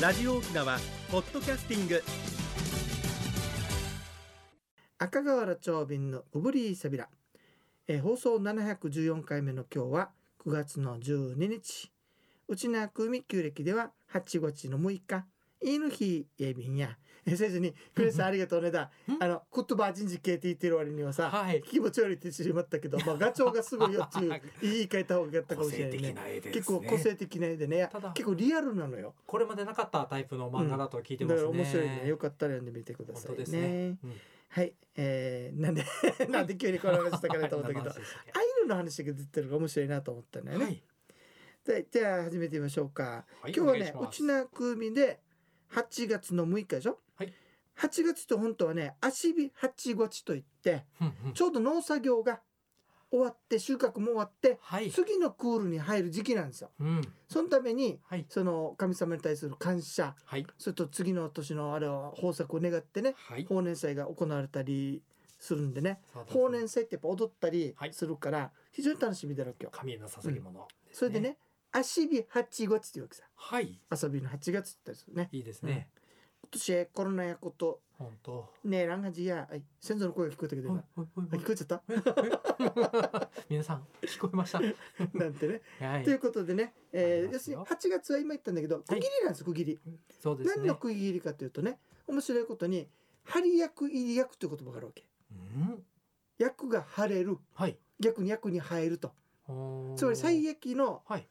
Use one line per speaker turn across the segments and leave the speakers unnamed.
ラジオ沖縄ポッドキャスティング
赤瓦長瓶のゴブリーサビラ、えー放送714回目の今日は9月の12日内な海旧暦では8月の6日いいの日えびんやえー先生にクレスさんありがとうねだ
うん
あの言葉人事系って言ってる割にはさ
はい。
気持ち悪いって言ってしまった けど、まあ、ガチョウがすごいよっていう言い換えた方がよかったか
個
もしれない
性的
ね
な絵ですね。
結構個性的な絵でね
ただ
結構リアルなのよ
これまでなかったタイプの漫画だと聞いて
だ
ま
か
すね。
ら面白いねよかったら読んでみてくだ
本
さ
当で
い
す
ね
ね。。うん
はい、えー、なん でなんで急にこの話したかなと思ったけど
何の
アイ
話でしたっ
ヌの話が
け
出てるか面白いなと思ったんだよね、
はい。
でじゃあ始めてみましょうか、
は
今
い
日は
お願い
ね
しま
う
す
ちな組で8月の6日でしょ、
はい
8月って本当はね足火八月といって
うんうん
ちょうど農作業が終わって収穫も終わって
はい。
次のクールに入る時期なんですよ
うん。
そのために
はい。
その神様に対する感謝
はい。
それと次の年のあれを豊作を願ってね
はい。
法年祭が行われたりするんでね
そうですね
法年祭ってやっぱ踊ったり
はい
するから非常に楽しみだろう今日
神への捧げ物すね。
それでね足火八月っていうわけさ
はい。
遊びの8月って言ったりするね
いいですね。
今年コロナやこと
本当。
ねえランガジやはい先祖の声が聞こえたけど
おい
今
おいお
あ
いおい
聞こえちゃった
皆さん聞こえました。
なんてね
はい
とい。うことでねえー要
ありますす
るに
よ
8月は今言ったんだけど区切りなんです区切り
そうです
何の
ね。
区切りかというとね面白いことに針役入り役という言葉があるわけ
うん。
役が晴れる
はい。
逆に役に入ると
おー
つまり最益の
はい。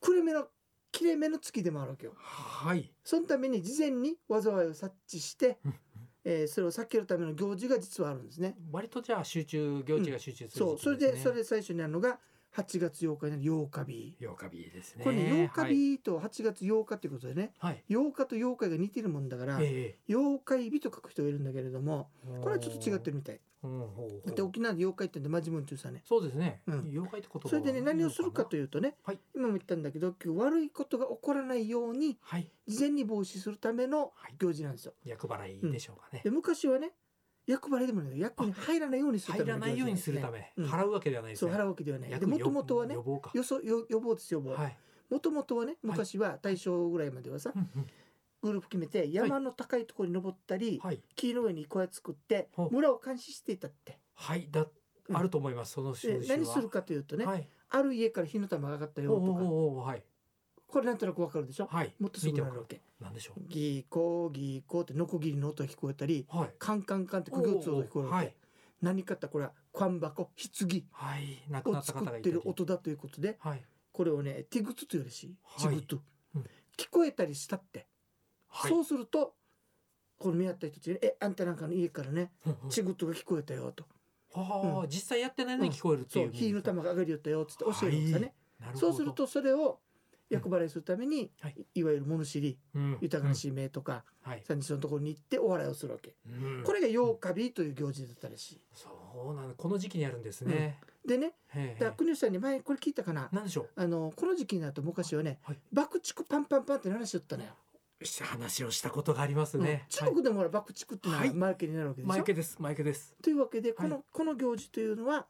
くるめの切れ目の月でもあるわけよ
はい。
そのために事前に災いを察知して
うんうん、
えーそれを避けるための行事が実はあるんですね
割とじゃあ集中行事が集中する
そう
時期
それ
すね
でそれで最初にあるのが8月8日になる8日日
8日日ですね。
これね8日日と8月8日っていうことでね
はい。
8日と8日が似てるもんだから
はい。え
8日日と書く人がいるんだけれども
え
これはちょっと違ってるみたい
うんほうほう
だって沖縄で8日ってんでマジムンチューさんね
そうですね。
うん
妖怪ってこと
それでね何をするかと
いうの
いうとね
なはい
今も言ったんだけど悪いことが起こらないように
な。はい。
事前に防止するための
はい。
行事なんですよ
役払いでしょうかね。
で昔はね役割でもない役に入らないようにするた
入
め
ら
の
ないようにするた
行事
め、
うん
払うわけではない
なんです
です
ね
ね。
そう払うわけではない
役
でもともとはね
予防か。
予想予予防です予防
はい。
もともとはね昔は大正ぐらいまではさ、
うんうん
グループ決めて山の高いところに登ったり、
はい。
木の上に小屋作って
ほう
村を監視していたって
はい。だ
うん
あると思います。その習
で
慣は
何するかというとね、
はい。
ある家から火の玉が上がった
お
よ
うお
と
う
か
おうおうはい。
これなんとなくわかるでしょ
はい。
もっとすぐ
見て
な
わ
る
か
わ
る。
け
なんでしょ
ギーコーギーコーってノコギリの音が聞こえたり
う。はい。
カンカンカンって釘打つ音が聞こえるわけ、
はい。
何かってこれは棺箱棺
はい。亡くな
を
った方
作
が
っ
いた
て
り
る。音だということで
はい。
これをねティグツというらしいチ
はい
グツ
うん
聞こえたりしたって、
はい。
そうするとこの見合った人たちに「えあんたなんかの家からね
うんうん
チグツが聞こえたよ」と
はあ、実際やってないのに聞こえる
「
って
そ
いうう。
火の玉が上がりよったよ」っつって教えるんですよね、
なるほど。
そうするとそれを役払いするために、
はい
い、わゆる物知り
うん、
豊かな使命とか、
うんはい。
三日のところに行ってお笑いをするわけ、
うん
これが八日日という行事だったらしい
そうなの。この時期にやるんですね。
でね
へえ
だ国吉さんに前これ聞いたかな
なんでしょ
あのこの時期になると昔はね、
はい
爆竹パンパンパンって話しよったのよ、
う。し話をしたことがあります
うん
ね。
中国でもほら爆竹ってのは
はい
マイケになるわけでしょ、
マイケです。マイケです。
というわけでこの,、
は
この行事というのは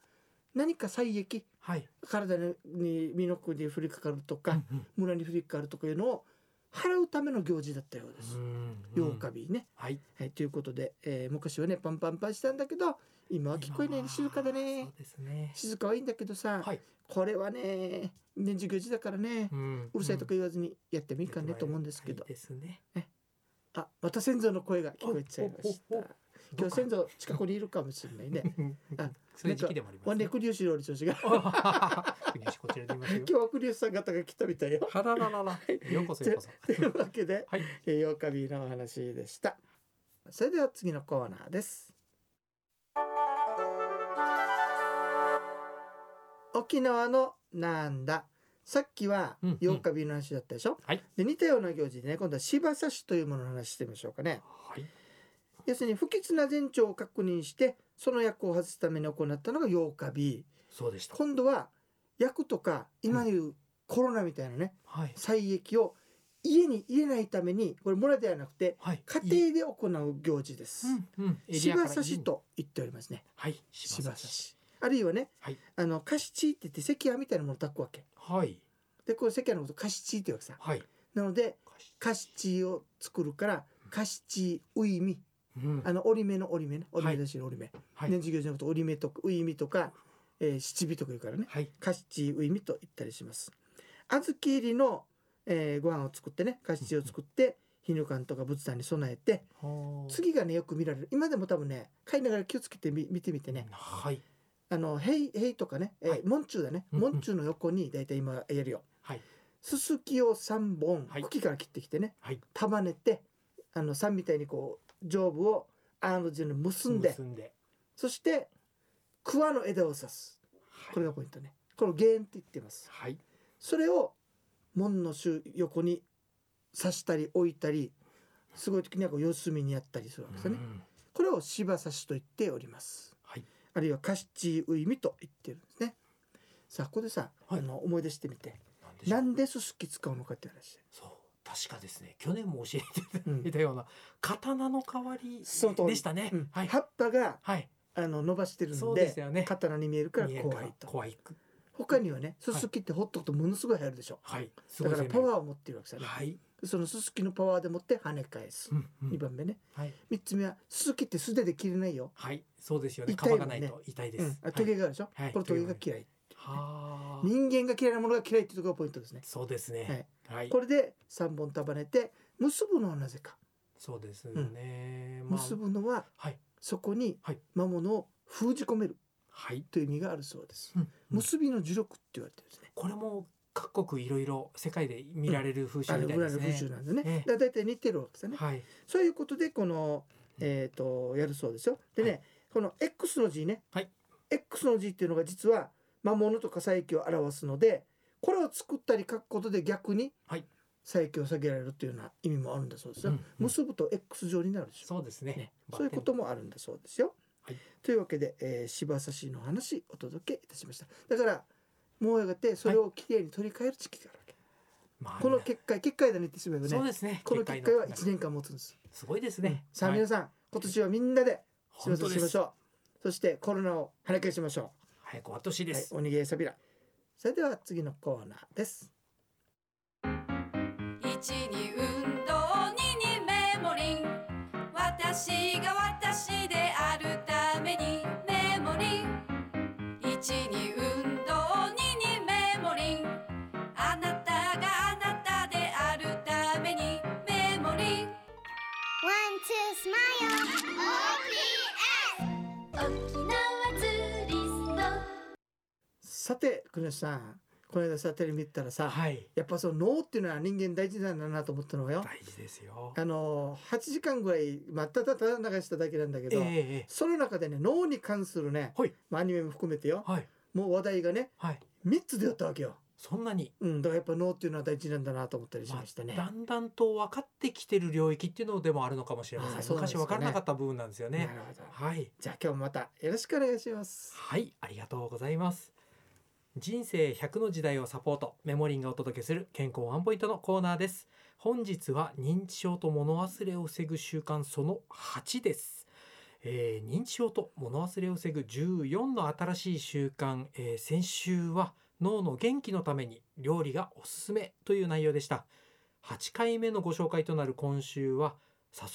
何か災益
はい。
体にに身の国に降りかかるとか、
うん
村に降りかかるとかいうのを払うための行事だったようです、
うん
8日日ね、
はい。
はい、ということで、えー昔はねパンパンパンしたんだけど今は聞こえないで静かだ
今は
ね
そうですね。
静かはいいんだけどさ、
はい。
これはね年次行事だからね、
ん
うるさいとか言わずにやってもいいかねと思うんですけど
いいですね。
あまた先祖の声が聞こえちゃいまし
おおお
た今日先祖近くにいるかもしれないねあ
そういう時期でもあり
ワ
ま
ン
す
レ
ね。
クリュウシロリ調子が
国吉こちらにいますよ
今。日はクリュウシさん方が来たみたいよ
はらららら。ようこそようこそ。
というわけで
はい。
えー8日日のお話でしたそれでは次のコーナーです沖縄のなんださっきは
うんうん
8日日の話だったでしょ、
はい
で似たような行事でね今度は柴刺しというものの話してみましょうかね
はい。
要するに不吉な前兆を確認してその役を外すために行ったのが8日日
そうでした。
今度は役とか今いうコロナみたいなね
はい。
災疫を家に入れないためにこれ村ではなくて
はい。
家庭で行う行事です。
うんうん。エリアか
芝
ら
刺し。と言っておりますね。
はい。
芝
芝
刺
刺し。
し。あるいはね、
はい
あの貸し地って言って石屋みたいなものを炊くわけ。
はい。
でこの石屋のこと貸し地って言うわけさ。
はい。
なので
かし
カシチーを作るからカシチーウイミ
うん
あの折り目の折り目ね
はい
折り目だしの折り目、
はい
年次行事のこと折り目とかウイミとか、えー、七尾とか言うからね
はい
カシチーウイミと言ったりします小豆入りの、えー、ご飯を作ってねカシチーを作ってヒヌカンとか仏壇に備えて次がねよく見られる今でも多分ね買いながら気をつけてみ見てみてね
はい
あの「ヘイヘイ」とかね、えー
はい
モンチューだね
うん
モンチューの横に大体今やるよ
はい
すすきを3本、
はい
茎から切ってきてね、
はい
束ねてあの3みたいにこう上部をアーの字に結んで
結んで
そして桑の枝を刺すこれがポイントねこれをゲーンって言ってます
はい
それを門の周横に刺したり置いたりすごい時にはこう四隅にやったりするわけですよね、
うん
これを芝刺しと言っております
はい
あるいはカシチウイミと言ってるんですねさあここでさ、
はい
あの思い出してみて
なんでしょ
な
うん
ですすき使うのかって話
そう確かですね去年も教えてい
う
た
ん
だいた ような刀の代わり
その通り
でしたね
うん
はい
葉っぱが
はい
あの伸ばしてる
そ
ん
う
で
ですよね
刀に見えるから
見える
怖
から
いと
怖いく
他にはね
は
す
い
すきってほっとくとものすごい入るでしょ、
はいす
だ
ごい
から
攻め
パワーを持ってるわけさね、
はい
そのすすきのパワーでもって跳ね返す、
うんうん
2番目ね
はい
3つ目はすすきって素手で切れないよ、
はいそうですよね皮
痛いもんね
がないと痛いで
うん
す、
あトゲがあるでしょ、
はい
これトゲが嫌い、
はあ
人間が嫌いなものが嫌いっていうところがポイントですね、
そうです
は
ね
い、
はい
これで3本束ねて結ぶのはなぜか
そうですね、まあ
結ぶのは
はい
そこに
はい
魔物を封じ込める
はい、
という意味があるそうです、
うんうん
結びの呪力って言われてるんですね
これも各国いろいろ世界で見られる風習
あれ
みたい
ぐら
で
い
す
の
ね、
風習なんでね、
ええ
だだいたい似てるわけですよね、
はい
そういうことでこのえっ、とやるそうですよでね、
は
この X の字ね、
はい
X の字っていうのが実は魔物とか再起を表すのでこれを作ったり書くことで逆に
はい
再起を下げられるというような意味もあるんだそうです
う
よ、
んうん
結ぶと X 状になるでしょ
そうですね
ね、そういうこともあるんだそうですよ。
はい
というわけで、えー、柴刺しの話お届けいたしました。だからもうやがてそれをきれいに取り替える時期があるわけ、
まあ
この結界結界だねってしまえば
そう
ね
ですね
この結界は1年間持つんです。
すごいですね、
さあ
はい
皆さん、今年はみんなで仕
本
事
当
を
で
しますしょう。そしてコロナを跳ね返しましょ。
早く終わってほしいうで
はい
す、、
おにぎりさびら。それでは次のコーナーです。
一に運動二にメモリン私が私であるためにメモリン一に運動二にメモリンあなたがあなたであるためにメモリン
One, two, smile. OPS! 沖縄ツーリスト。
さて国吉さん、この間さテレビ見てたらさ、
はい
やっぱその脳っていうのは人間大事なんだなと思ったのよ。
大事ですよ
あの8時間ぐらい、まあ、ただただ流しただけなんだけ
ええ
ど、
ええ
その中でね脳に関するね、
はい
まあ、アニメも含めてよ
はい
もう話題がね
はい
3つ出よったわけよ、
そんなに
うん、だからやっぱ脳っていうのは大事なんだなと思ったりしましたね。
だんだんと分かってきてる領域っていうのでもあるのかもしれません
あーそうなんです
昔
かね
分からなかった部分なんですよ
なる
ね
ほど
はい
じゃあ今日もまたよろしくお願いします。
はい、ありがとうございます。人生100の時代をサポート、メモリンがお届けする健康ワンポイントのコーナーです。本日は認知症と物忘れを防ぐ習慣その8です。えー認知症と物忘れを防ぐ14の新しい習慣、えー先週は脳の元気のために料理がおすすめという内容でした。8回目のご紹介となる今週は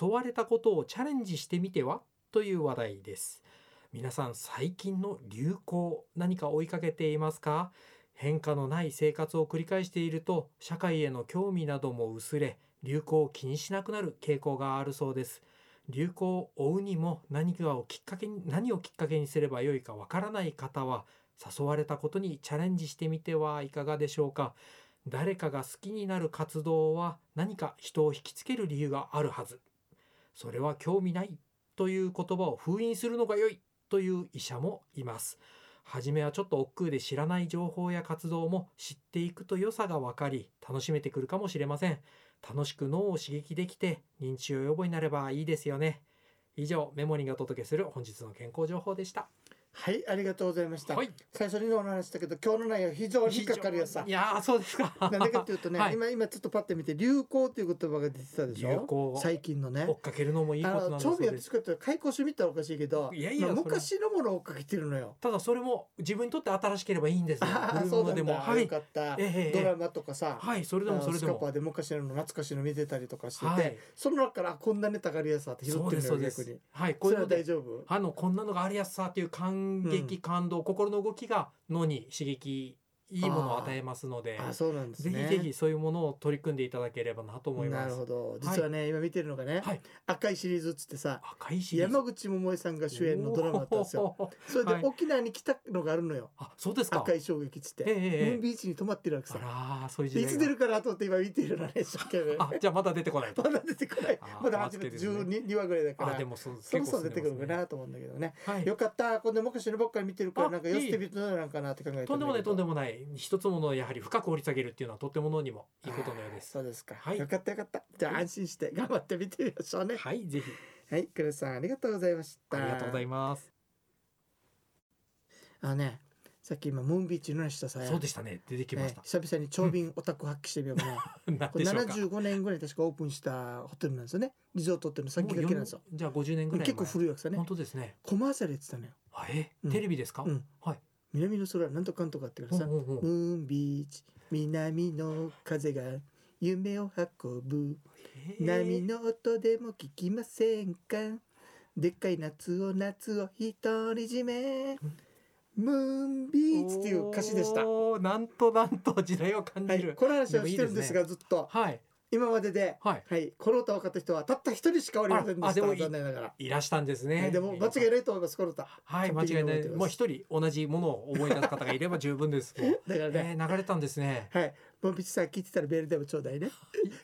誘われたことをチャレンジしてみてはという話題です。皆さん最近の流行何か追いかけていますか変化のない生活を繰り返していると社会への興味なども薄れ流行を気にしなくなる傾向があるそうです流行を追うにも何かをきっかけに何をきっかけにすればよいかわからない方は誘われたことにチャレンジしてみてはいかがでしょうか誰かが好きになる活動は何か人を引きつける理由があるはずそれは興味ないという言葉を封印するのが良いという医者もいます。はじめはちょっと億劫で知らない情報や活動も知っていくと良さが分かり楽しめてくるかもしれません。楽しく脳を刺激できて認知症予防になればいいですよね。以上、メモリーがお届けする本日の健康情報でした。
はいありがとうございました、
はい
最初にお話ししたけど今日の内容非常に引っかかるやつさ
いやーそうですか
なんでか っていうとね、
はい
今今ちょっとパッて見て流行という言葉が出てたでし
流行
ょ最近のね
追っかけるのもいいこと
あ
なん
の
だ
調
そう
味やっ
で
て
す
作ったら開口趣味ってのはおかしいけど
いやい
ま
や
あ
それは
昔のものを追っかけてるのよ
ただそれも自分にとって新しければいいんですよ
ああ
古い
そう
も
な
の
ん
で
だ、
もはい
よかった、
ええええ
ドラマとかさ、
はいそれで
あ
も
の
それ
ス
で
カ
も
パーで昔の懐かしいの見てたりとかしてて、
はい
その中からあこんなネタがあるやつだって拾っ
そう
て
で
る
す
の
そ
よ
うで
逆
す
に
はいこ
そうれは
いうので
大丈夫
あのこんなのがあるやつさっていう感激、
う
感動心の動きが脳に刺激いいものを与えますので
あそうなんです
ぜ
ね
ひぜひそういうものを取り組んでいただければなと思いま
な
す
るほど実はね、今見てるのがね、
はい
赤いシリーズっつってさ
赤いシリーズ
山口百恵さんが主演のドラマだったんですよ
おー
それで
はい
沖縄に来たのがあるのよ、
あそうですか
赤い衝撃っつって、
ええええ
ムーンビーチに泊まってるわけさ
あらーそういう時
でい
代が
つ出るかなと思って今見てるのね一生懸命
あじゃあまだ出てこないと
まだ出てこない
あー
まだ初めて
お預けですね
12 2話ぐらいだか
あ
ら
でもそう
そろそろ出てくる
結構進ん
の
で
か
ま
なと思うんだけどね
すねはい
よかったこんな昔のばっかり見てるから
あ
なんか寄せてみるとなんかなって考えて
とんでもないとんで
も
もない一つものをやはり深く掘り下げるっていうのはとってものにもいいことのようです
そうですか、
はい
よかったよかったじゃあ安心して頑張って見てみましょうねはい、
はいぜひ
クルさんありがとうございました
ありがとうございます
あのねさっき今ムーンビーチの話したさ
そうでしたね出てきました
えー久々に長瓶オタク発揮してみようかな、
なん
これ
でしょうか
75年ぐらいに確かオープンしたホテルなんですよねリゾートっていうの先駆けなんですよ
もうよんじゃあ50年ぐらい
結構古いわけさ
い
ね
本当ですね
コマーシャルやってたのよ
あえ
うん
テレビですか
うん
はい
南の空なんとかんとかってから
うん
さ、
うん
ム
うん
ーンビーチ南の風が夢を運ぶ
へー
波の音でも聞きませんかでっかい夏を夏を独り占めムーンビーチっていう歌詞でしたは
おーなんとなんと時代を感じ
い
る
この話をしてるんですがずっと
はい
今までで
はい
はいこの歌を買った人はたった一人しかおりませんで
あらあ
し
で
た
もいい
残念ながら
いらしたんですね
はいでも間違い
い
ないと思いますこの歌
はい間違
完
いな
璧
い
に覚えてます
もう一人同じものを思い出す方がいれば十分 ですもう
だからね
えー流れたんですね
はいムーンビーチさん聞いてたらメールでもちょうだいね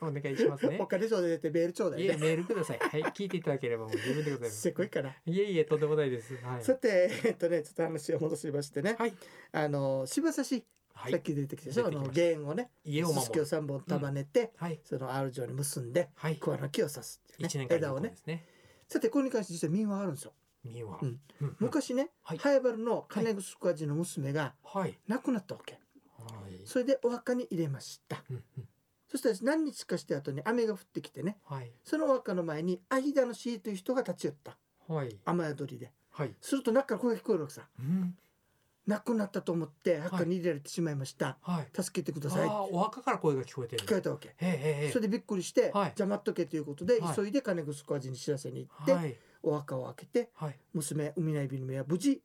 お願いしますね
お金ちょうだいってメールちょうだい
いえ
ね
メールくださいはい聞いていただければもう十分でございます
っごいかない
えいえとんでもないですはい
さてえっとねちょっと話を戻しましてね
はい
あの柴差し
は
さっ
い
き出てきたでし
出
ょあ
てき
の
ました
弦をね
家を
す
守
すきを
る
3本束ねて、
はい
その R 状に結んで
はい
桑の木を刺すっていう
一
ね、
年間
枝をね
ですね
さてこれに関して実は民話あるんですよ
民話
うん
うんうん
昔ね、
はい
ハヤバルの金具宿味の娘が
はい
亡くなったわけ
はい
それでお墓に入れました
うんうん
そしたら何日かして後に雨が降ってきてね
はい
そのお墓の前にアヒダのシーという人が立ち寄った
はい
雨宿りで
はい
すると中から声が聞こえるわけさ
うん
亡くなったと思って墓に入れられてしまいました、
はい
助けてくだ
あ
さい
ーお墓から声が聞こえてる
聞かれたわけ
ええええ
それでびっくりして、
はい
じゃあ待っとけということで、
はい
急いで金具宿味に知らせに行って、
はい
お墓を開けて
はい
娘海内びの目は無事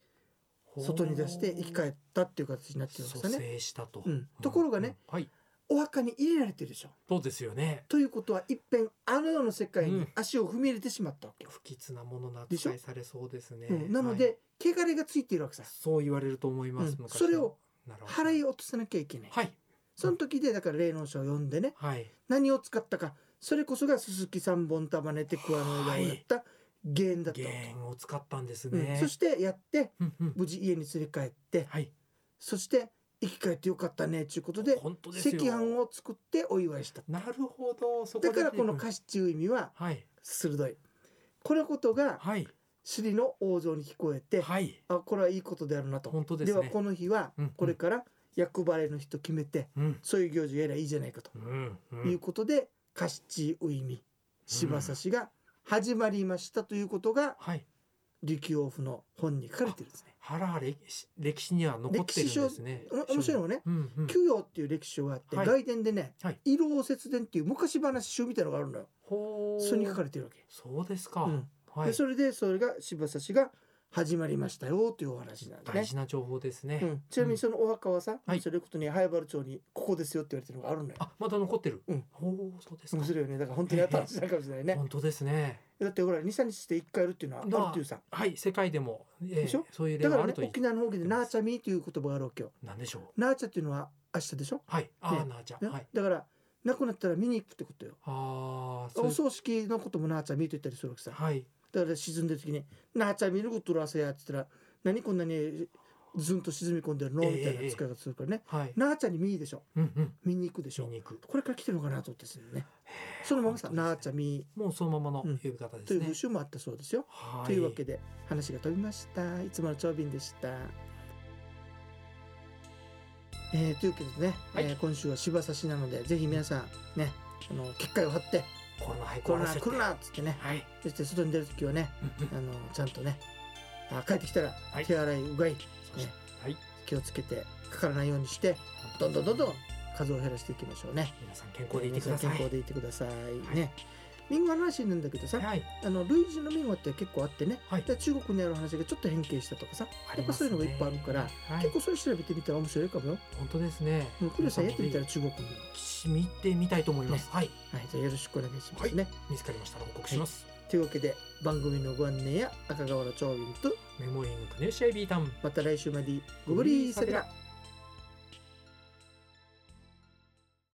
外に出して生き返ったっていう形になってるんです
蘇
よね。
生したと
うんところがね、
うんはい
お墓に入れられてるでしょ。
そうですよね
ということは一遍あの世の世界
う
に
ん
足を踏み入れてしまったわけ。
不吉なものの
でし
扱
ょ
いされそうですね
うんなの
はい
で、汚れがついているわけさ。
そう言われると思います
うん
昔
それを
のなるほど
払い落とさなきゃいけない。
はい
その時でだから霊能者を呼んでね
はい
何を使ったかそれこそが鈴木三本束ねて桑の枝をやった原因だったわ
原
け
因を使ったんです
うん
ね。
そしてやって
うんうん
無事家に連れ帰って
はい。
そして生き返ってよかったねということで
本当ですよ。
赤飯を作ってお祝いした
なるほど。そこで
だからこの歌詞中意味は
はい
鋭いこのことが
はい
首里の王女に聞こえて、
はい。
あこれはいいことであるなと
本当ですね
はこの日は
うんうん
これから役払いの日と決めて、
うん
そういう行事をやればいいじゃないかと
うんう。
いうんことで「カシチウイミ柴刺し」が始まりましたということが
はい。
琉球王府の本に書かれてるんですね。
ハラハ歴史歴史には残ってるんですね。
お面白いのはね
うんうん。
供養っていう歴史書があって、
はい
外伝でね
はい
「色を節電」っていう昔話集みたいなのがあるのよ。
ほう。
それに書かれてるわけ。
そうですか。
うん
は
で
い。
それでそれが柴刺しが始まりましたよというお話なんで
大
す
事
ね。
な情報ですね。
うん、ちなみにそのお墓はさ、
はい
それことに早原町にここですよって言われてるのがあるのよ。
あまだ残ってる。
うん
ほうそうです
面
か。
白いよねだから本当に新しいかもしれないね。
本当ですね。
だってほら23日して1回やるっていうのはあるっていうさ
はい世界でも、えー
でしょ
そういう例
だか
があ
ら、
る
ね、
といい。
沖縄の方言で「ナーチャミー」という言葉があるわけよ。
なんでしょう。
ナーチャっていうのは明日でしょ、
はい。あー
ね
なあちゃん。
ね
はい。
だから亡くなったら見に行くってことよ。
ああそうい
お
う。
葬式のこともナーチャミーと言ったりするわけさ。
はい。
だから沈んでる時に「ナーチャミーのことらせや」って言ったら「何こんなにずんと沈み込んでるの
ええ
みたいな使い方するからね、
はい。
なあちゃんに見ーでしょ
うんうん。
見に行くでし
見
ょ
に行く。
これから来てるのかなと思ってですねそのままさ、
本当
な
です
あちゃ
ね
んみ
もうそのままの
うん
呼び方で
ーとい
す
う
ね。
風習もあったそうですよ、
はい。
というわけで話が飛びましたいつもの長瓶でしたえー、というわけでね、
はい
えー今週は柴刺しなのでぜひ皆さんねあの結界を張って
コロナ入
コロナ
コロナ
来るなっつってね
はい。
そして外に出る時はね
うんうん
あのちゃんとねあ帰ってきたら
はい
手洗いうがい、ね、
はい。
気をつけてかからないようにしてどんどんどんどん数を減らしていきましょうね。
皆さん健康でいてください。
皆さん健康でいてくださいね。民話の話なんだけどさ、
はい。
あの類似の民話って結構あってね、
はい
で中国にある話がちょっと変形したとかさ、
あ
や
り
っぱ
ま
そうい
す
うのがいっぱいあるから、
はい
結。構それ調べてみたら面白いかもよ。
本当ですね。
うん、クリアさんやってみたら
ぜ
中国も。
ひ見てみたいと思います。はい。
はい、じゃあよろしくお願いしますね。
見つかりましたら報告します。
というわけで番組のご案内や赤瓦長瓶と
メモリーのクネシアイビータン。
また来週までごぶりーさびら。